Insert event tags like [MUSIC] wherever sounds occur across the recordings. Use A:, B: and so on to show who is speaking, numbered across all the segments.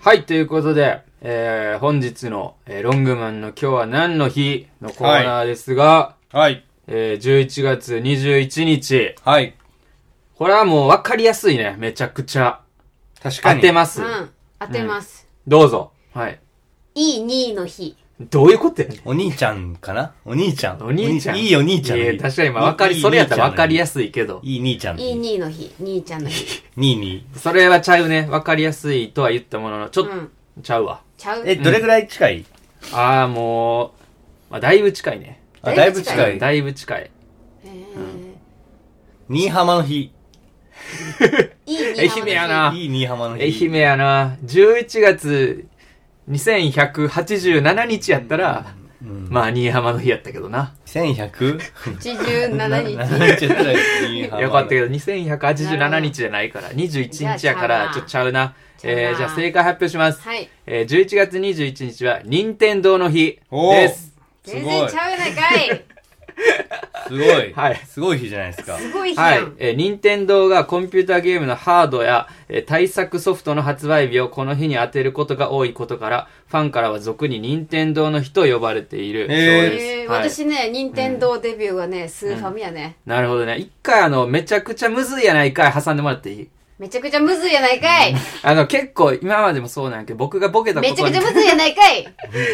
A: はい、ということで、えー、本日の、えーロングマンの今日は何の日のコーナーですが、
B: はい。
A: えー、11月21日。
B: はい。
A: これはもう分かりやすいね、めちゃくちゃ。
B: 確か
A: 当
B: に。
A: てます。
C: うん。当てます。
A: どうぞ。はい。
C: いい2位の日。
A: どういうことやねん。
B: お兄ちゃんかなお兄ちゃん。
A: お兄ちゃん。
B: いいお兄ちゃん。
A: いや確かに、まあ、分かり、それやったら分かりやすいけど。
B: い。いい兄ちゃん。
C: いい2位の日。兄ちゃんの
A: [LAUGHS]
C: 日。
B: 兄に。
A: それはちゃうね。分かりやすいとは言ったものの、ちょっと、
C: うん
A: ちゃうわ。
C: ちゃう。
B: え、どれぐらい近い
A: ああ、もう、まあ、だいぶ近いね。
B: あ、だ
C: だ
B: い
C: い
B: ぶ
C: ぶ
B: 近
C: 近
B: い。
A: だいぶ近い。
C: えー
B: 新居浜の日。
C: いい2位の
A: 愛
C: 日。
A: 媛やなあ
B: いい新居浜の日。
A: 愛媛やな。11月2187日やったら、まあ、新居浜の日やったけどな。
B: 1100?
A: [LAUGHS]
B: [LAUGHS]
C: 87日。
B: 7ったら新居浜の日
A: よかったけど、2187日じゃないから、21日やから、ちょっとちゃうな。
C: ちゃうな
A: えー、じゃあ正解発表します。
C: はい。
A: えー、11月21日は、任天堂の日
B: おー
A: です。
C: 全然ちゃうやないかい。
B: すごい。
A: はい
B: すごい日じゃないですか。
C: すごい日
A: はい
C: やん。。
A: えー、任天堂がコンピューターゲームのハードや、えー対策ソフトの発売日をこの日に当てることが多いことから、ファンからは俗に任天堂の日と呼ばれているそうです。
C: えー
A: はい、
C: 私ね、任天堂デビューはね、スーファミやね。
A: なるほどね。一回あの、めちゃくちゃむずいやないかい挟んでもらっていい
C: めちゃくちゃむずいやないかい。
A: あの、結構今までもそうなんやけど、僕がボケたこ
C: めち
A: と
C: ゃく
A: に
C: ちゃむずいやないかい。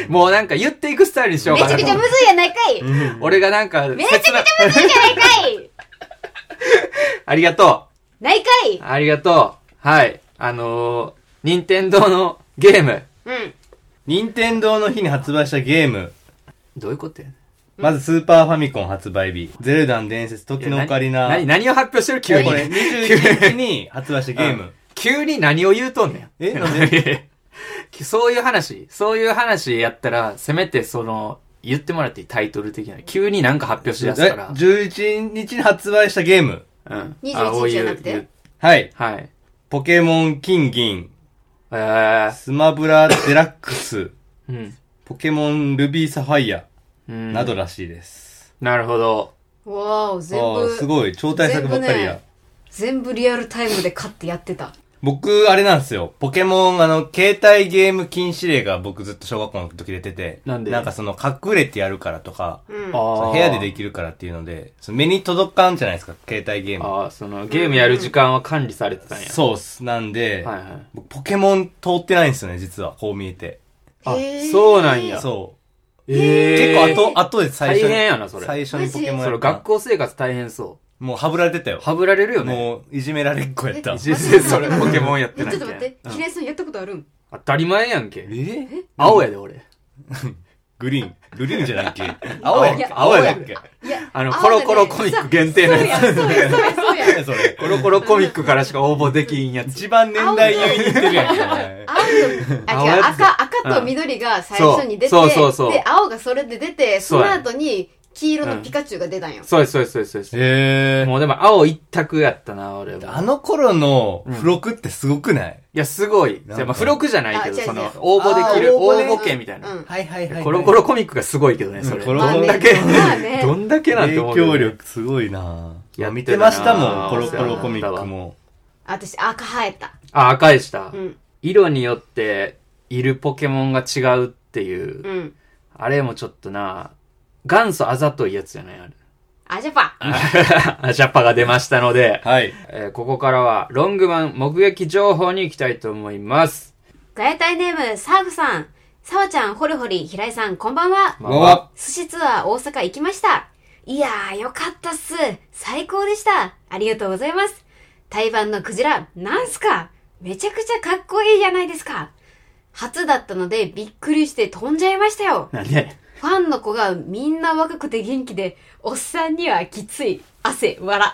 A: もうなんか言っていくスタイルにしよう
C: め
A: か
C: ち
A: な
C: ゃく
A: と
C: ちゃ
A: 思
C: む
A: う。
C: ずいやないかい。め
A: 俺がなんか、
C: ちゃくち
A: 切な
C: ゃむずいやないかい。
A: ありがと。。
C: ないかいう
A: ありがとう。はい。あのー、任天堂のゲーム。
C: うん。
B: 任天堂の日に発売したゲーム。
A: どういうことやねん
B: まずスーパーファミコン発売日。ゼルダの伝説、時のオカリナ。
A: 何、何を発表してる急に。
B: これ、21日に発売したゲーム。
A: 急に何を言うとんねん。
B: えなん
A: で [LAUGHS] そういう話、そういう話やったら、せめてその、言ってもらっていいタイトル的な。急になんか発表し
B: え
A: だすから。
B: 11日に発売したゲーム。
A: うん。
C: 21
A: あこういう
C: じゃなくて
A: 言う
B: はい。
A: はい。
B: ポケモン金銀、
A: えー、
B: スマブラデラックス、 [COUGHS]
A: うん。
B: ポケモンルビーサファイア、
A: うん
B: などらしいです。
A: なるほど。
C: わー、
B: あ
C: 全
B: あ、す
C: 部、
B: ごい。超大作ばっかり
C: 全部
B: や
C: ね。全部リアルタイムで買ってやってた。
B: 僕、あれなんですよ。ポケモン、あの、携帯ゲーム禁止令が僕ずっと小学校の時出てて。
A: なんで
B: なんかその、隠れてやるからとか、
C: う
B: そ
C: ん。
B: の部屋でできるからっていうので、その目に届かんじゃないですか、携帯ゲーム。
A: ああ、その、ゲームやる時間は管理されてたんや。
B: そうっす。なんで、
A: はいはい。
B: 僕ポケモン通ってないんですよね、実は。こう見えて。
A: あ
C: へ、ー
A: そうなんや。
B: そ
A: え
B: う。
A: え
B: 結構後、後で最初に。
A: 大変やなそれ
B: 最初にポケモン
A: そ
B: や
A: の
B: った
A: 学校生活大変そ
B: もうはぶられてたよ
A: う。。はぶられるよね。
B: もう、いじめられっ子やった。
C: え
B: え
A: 人生それポケモンやって
C: えち
A: な
C: ょ
A: い
C: っと待って、平井さんやったことあるん
A: 当たり前やんけ。
B: え
A: 青やで俺。
B: グリーン。グリーンじゃないっけ青やっけ
C: いや
B: 青やっけ
C: いや、
A: あの、
C: 青
A: コ
C: だ
A: ロ
C: ね
A: コロコミック限定のやつ。
C: そうや、そうや、そうや。
B: 何それ。
A: コロコロコミックからしか応募できんやつ。
B: 一番年代優位にいってるやんけお前。
C: 青と、あ、
A: 青
C: 違う、
A: やつ
C: 赤、赤と緑が最初に出て、
A: そうそうそうそう
C: で、青がそれで出て、
A: そ
C: そうの
A: や
C: 後に、黄色のピカチュウが出たんよ。
A: そうです、そうです、そうですそうです。
B: へー。
A: もうでも青一択やったな、俺も。
B: あの頃の付録ってすごくない
A: いや、すごい。じ
B: なんか
A: ゃあまあ、付録じゃないけど、
C: あ違う
A: そ
C: 違
A: の
C: う、
A: 応募できる、
B: あー応
A: 応
B: 募ね
A: 募券みたいな。
C: うん。
B: はいはいはいはい。
A: コロコロコミックがすごいけどね、それ。
B: うんコロ
A: ど
B: コロ
A: んだけ、
C: まあね
A: どんだけなんて
B: 影
A: 思うけどね
B: 響力すごいなぁ。い
A: やってた
B: や、
A: な
B: 見てましたもん、コロコロコミックも。
C: 私、赤生えた。
A: あ、赤でした
C: う。ん。
A: 色によって、いるポケモンが違うっていう
C: う。ん。
A: あれもちょっとな、元祖あざといやつじゃないあれ。
C: あ、ジャパン。
A: [LAUGHS] あジャパが出ましたので、
B: はい。
A: えーここからはロングマン目撃情報に行きたいと思います。
C: ガヤタイネーム、サーフさん。サワちゃん、ホルホリ、平井さん、こんばんは。
A: まあまあ
C: 寿司ツアー大阪行きました。いやー、よかったっす。最高でした。ありがとうございます。台湾のクジラ、なんすかめちゃくちゃかっこいいじゃないですか。初だったのでびっくりして飛んじゃいましたよ。
A: なんで
C: ファンの子がみんな若くて元気で、おっさんにはきつい、汗、笑。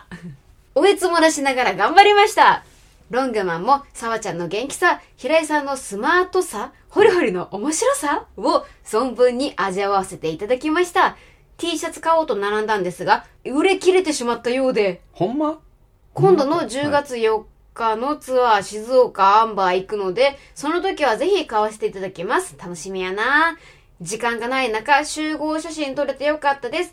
C: おえつ漏らしながら頑張りました。ロングマンも、さわちゃんの元気さ、平井さんのスマートさ、ホリホリの面白さを存分に味わわせていただきました。T シャツ買おうと並んだんですが、売れ切れてしまったようで、
A: ほんま
C: 今度の10月4日のツアー静岡アンバー行くので、その時はぜひ買わせていただきます。楽しみやな時間がない中、集合写真撮れてよかったです。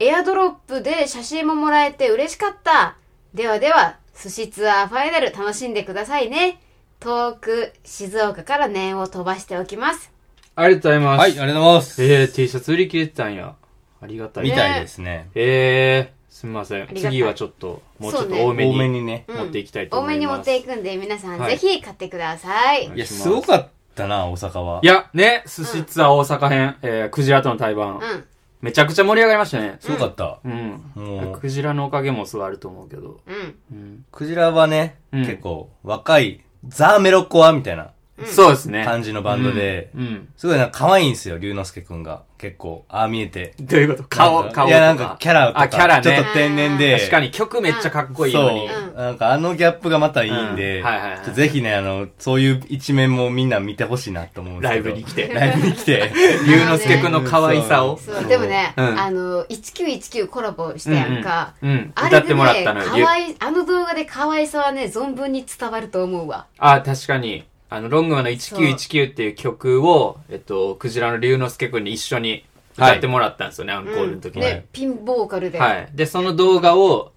C: エアドロップで写真ももらえて嬉しかった。ではでは、寿司ツアーファイナル楽しんでくださいね。遠く静岡から念を飛ばしておきます。
A: ありがとうございます。
B: はい、ありがとうございます。
A: えー、T シャツ売り切れてたんや。ありがたい。
B: みたいですね。
A: えー、すみません。
C: りがたい
A: 次はちょっと、もうちょっ
C: そうね
A: と多め
B: 多め
A: に
B: にね。
C: うん
A: 持っていきたいと
C: 多
A: 思います。
C: めに持っていくんで、皆さん
A: はい
C: ぜひ買ってください。
A: はい
B: いや、すごかったな、大阪は。
A: いや、ね、寿司ツアー大阪編、えー、クジラとの対バン、
C: うん。
A: めちゃくちゃ盛り上がりましたね。
B: すごかった。
A: うん。
B: もう、
A: クジラのおかげもそうあると思うけど。
C: うん。
A: うん
B: クジラはね、
A: うん
B: 結構若い、ザ・メロコアみたいな
A: そうですね。
B: 感じのバンドで、
A: うん。うん
B: すごいなんか可愛いんですよ、龍之介くんが。結構、ああ見えて。
A: どういうこと顔
B: な、んか
A: 顔とか。
B: いや、なんかキャラとか。
A: あ、キャラ
B: ちょっ
A: ね。
B: と天然で。
A: 確かに曲めっちゃかっこいいのに。
B: そう
C: う。ん
B: なんかあのギャップがまたいいんで、
A: うんはいはいはい
B: ちょっとぜひね、あの、そういう一面もみんな見てほしいなと思うんで
A: ラ
B: すけ
A: イ
B: ど。
A: ブに来て。
B: ライブに来て。
A: 龍之介くんの可愛さを。
C: そう、でもね、
A: うん
C: あの、1919コラボしたやんか。
A: うんうん
C: あ
A: 歌
C: れ
A: って
C: で
A: もらっ
C: ね、
A: たのよ
C: かわい、あの動画で可愛さはね、存分に伝わると思うわ。
A: あ、確かに。あの、ロングマンの1919っていう曲を、えっと、クジラの龍之介くんに一緒に歌ってもらったんですよね、アンコールの時に。
C: ね、ピンボーカルで。
A: はい。で、その動画を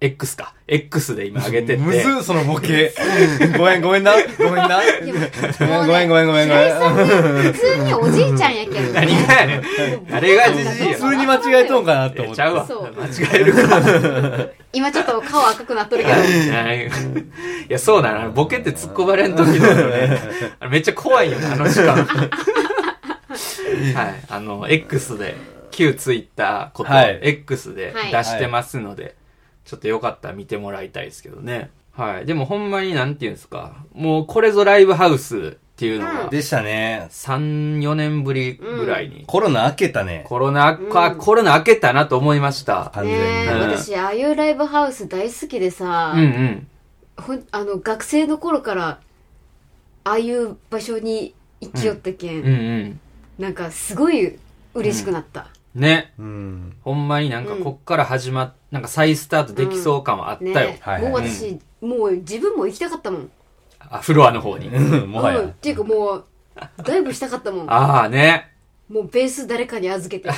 A: Y?X か。X で今上げてて。
B: むずっそのボケ。ごめん、ごめんな。ごめんな。
C: でももうね
B: ごめんごめんごめんごめん
C: 平井さね普通におじいちゃんやけど。
A: 何がやねん。誰がじじい
B: 普
A: や。
B: 通に間違え
A: [LAUGHS]
B: とんかなと思
A: え [LAUGHS]
B: って。
A: ちゃうわ。
C: そう
A: 間違えるか。
C: 今ちょっと顔赤くなっとるけど。
A: はいいや、そうだな。ボケって突っ込まれん時だよ
B: [LAUGHS]
A: ね。あれめっちゃ怖いよね、あの時間。はい。あの、X で、旧 Twitter こと、
B: はい
A: X で出してますので、ちょっとよかったら見てもらいたいですけどね。はい。でもほんまになんていうんですか。もうこれぞライブハウスっていうのが、
B: でしたね。
A: 3、4年ぶりぐらいに、
B: コロナ明けたね。
A: コロナ、
C: ん
A: かコロナ明けたなと思いました。
B: 完全
C: ねえ、
B: に。
A: うん
C: 私、ああいうライブハウス大好きでさ
A: うん、うん。
C: ほんあの、学生の頃から、ああいう場所に行きよったけん、
A: うんうん。
C: なんかすごい嬉しくなった。
A: ね。
B: うん。
A: ほんまになんか
C: うん
A: こっから始まっ、なんか再スタートできそう感はあったよ。
C: ねえ、
B: はいはい
C: もう私、もう自分も行きたかったもん。
A: あ、フロアの方に。
B: もは
C: うんっ
B: や。
C: ていうかもう、ダイブしたかったもん。
A: ああね。
C: もうベース誰かに預けて。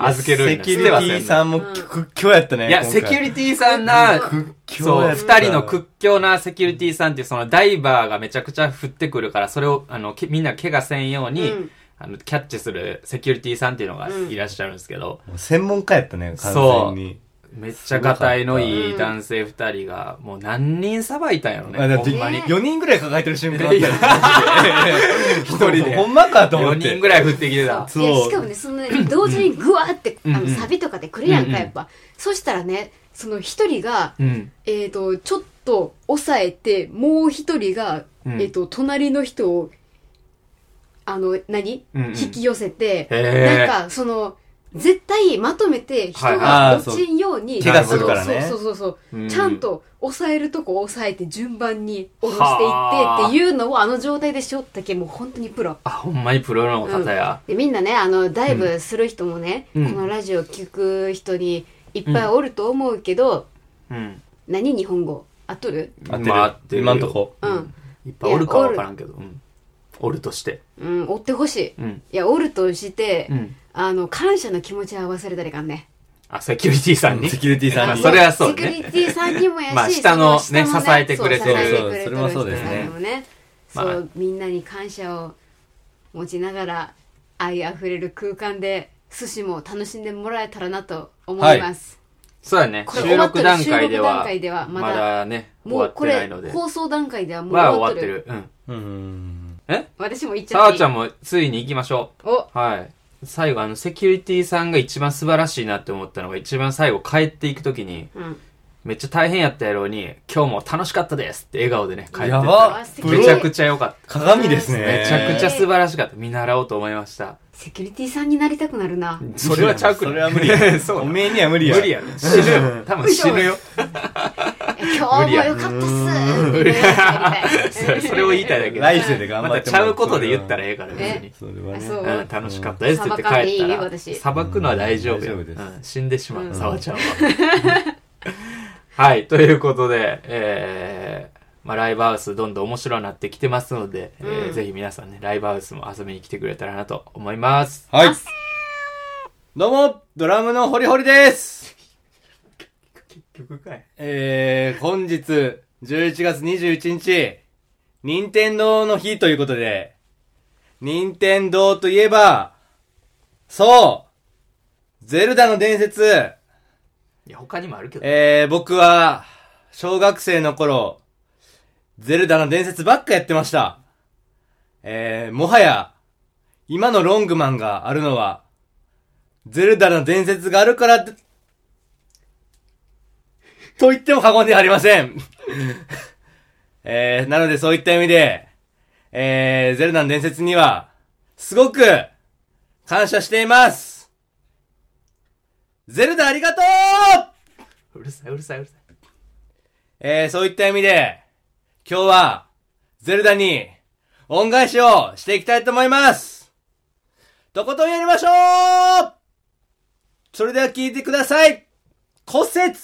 A: 預ける
B: セ
A: んだ
B: キュリティさ
A: ん。
B: んも屈強やったね。
A: いや、セキュ
B: リ
A: リティさんな、
B: 屈強
A: そ
B: や
A: う、
B: った。
A: 二人の屈強なセキュリティさんっていう、そのダイバーがめちゃくちゃ降ってくるから、それを、あの、けみんな怪我せんように、
C: うん
A: あの、キャッチするセキュリティさんっていうのがいらっしゃるんですけど、
B: もう専門家やったね、完全に。
A: めっちゃがたいのい
C: す
A: い
C: ごかった
A: 男性二人が、もう何人さばいたんやろね。
B: あだって
A: ほんまに。
B: 4人ぐらい抱えてる瞬間あったよ
A: いや
B: 一
A: 人で
B: ほんまかと思
A: 4
B: って。
A: 人ぐらい降ってきてた。
B: そう
C: いやしかもね、そのね、同時にグワーって、あ
A: う
C: の、
A: んうん
C: サビとかでくるや
A: う
C: ん
A: んう
C: か、
A: ん
C: やっぱ。そしたらね、その一人が、
A: うん。
C: えっ、と、ちょっと抑えて、もう一人が、
A: うん
C: えっ、と、隣の人を、あの、何、
A: うんうん
C: 引き寄せて、
A: へー
C: なんか、その、絶対まとめて人
A: はい
B: はいあ
C: が
B: ー
C: 落ちんように、
B: そう
A: 怪我する
B: からね
C: そうそうそうそう、
A: うん
C: ちゃんと抑えるとこ抑えて順番に下ろしていってっていうのをあの状態でしよったけ、もう本当にプロ。
A: あ、ほんまにプロの方や。
C: でみんなねあのダイブする人もね、
A: うん
C: このラジオ聞く人にいっぱいおると思うけど、
A: うん。
C: 何日本語あっとる
B: 合ってる
A: まあ合ってるよ
B: 今んとこ。
C: うん、
A: いっぱいおるかは分からんけど。うん。おるとして。
C: うん追ってほしい、
A: うん。
C: いやおるとして、
A: うん。
C: あの感謝の気持ちは忘れたりかんね
A: あ、セキュリティさんに。
B: セキュリティさん
A: あ
B: に。
A: それはそうね
C: セキュリティさんにもやし、
A: まあ下のね
C: そ下も
A: 支えてくれてる
C: そう支えくれ
B: そうそうそ
C: てる
B: れもそうですね
C: 人にもね
A: ま
C: そ
A: あ
C: う、みんなに感謝を持ちながら愛あふれる空間で寿司も楽しんでもらえたらなと思います、
A: そうやね。
C: これ
A: 収録段階で
C: 終わ
A: は
C: ってる収録段階では、ま
A: ま
C: だ
A: だね、終
C: も
A: わ
C: う
A: っ
C: こ
A: てない
C: れ
A: ので。
C: 放送段階ではもう
A: まあ
C: 終わっ
A: 終
C: と
A: わって
C: る
A: る。うん。
B: うん。
C: 私も言っち
A: さ
C: ゃっ
A: あ
C: ていい
A: ちゃんもついに行きましょ
C: お
A: う。はい。最後、あの、セキュリティさんが一番素晴らしいなって思ったのが、一番最後帰っていくときに、
C: うん
A: めっちゃ大変やったやろうに、今日も楽しかったですって笑顔でね、帰ってっ
B: や
A: た
B: ば
C: セキュリ
A: め
C: ティ
A: ちゃくちゃ良かっ
B: 鏡ですね。
A: た。めちゃくちゃ
B: す
A: 素晴らしかった。見習おうと思いました。
C: セキュリティさんになりたくなるな
A: それはちゃうくない
B: それは無理や。
A: [LAUGHS] そうな
B: お
A: の
B: めえには無
A: 無
B: 理や。
A: 理やろ。死ぬよ。多分死ぬよ。
C: え [LAUGHS] 今日もよかったっすーって言いたい
A: それそれを言いたいだけで。
B: 来世で頑
A: ま
B: 張
A: た
B: って
A: ち
B: もら
A: ゃうことで言ったらええから、別
C: ね
A: に。
B: それは
C: あ
B: ね。
C: そう
A: うん、楽しかったですって言って帰ったら
C: うん裁かんでいい私
A: 裁くのは大丈夫よ、
B: う
A: うん
B: 大丈夫です
A: ん、死んでしま
C: う
A: うん沙和ちゃんは [LAUGHS] はいということで、えーまあ、ライブハウスどんどん面白くなってきてますので、えー
C: うん
A: ぜひ皆さんねライブハウスも遊びに来てくれたらなと思います
B: はい。どうも、ドラムのホリホリです。
A: 結局かい
B: えー、本日、 11月21日、任天堂の日ということで、任天堂といえば、そうゼルダの伝説
A: いや、他にもあるけど。
B: えー、僕は、小学生の頃、ゼルダの伝説ばっかやってました。えー、もはや、今のロングマンがあるのは、ゼルダの伝説があるからで、と言っても過言ではありません。 [LAUGHS] えー、なのでそういった意味で、えー、ゼルダの伝説には、すごく、感謝していますゼルダありがとう
A: うるさい、うるさい、うるさい。
B: えー、そういった意味で、今日は、ゼルダに、恩返しをしていきたいと思いますとことんやりましょうそれでは聞いてください骨折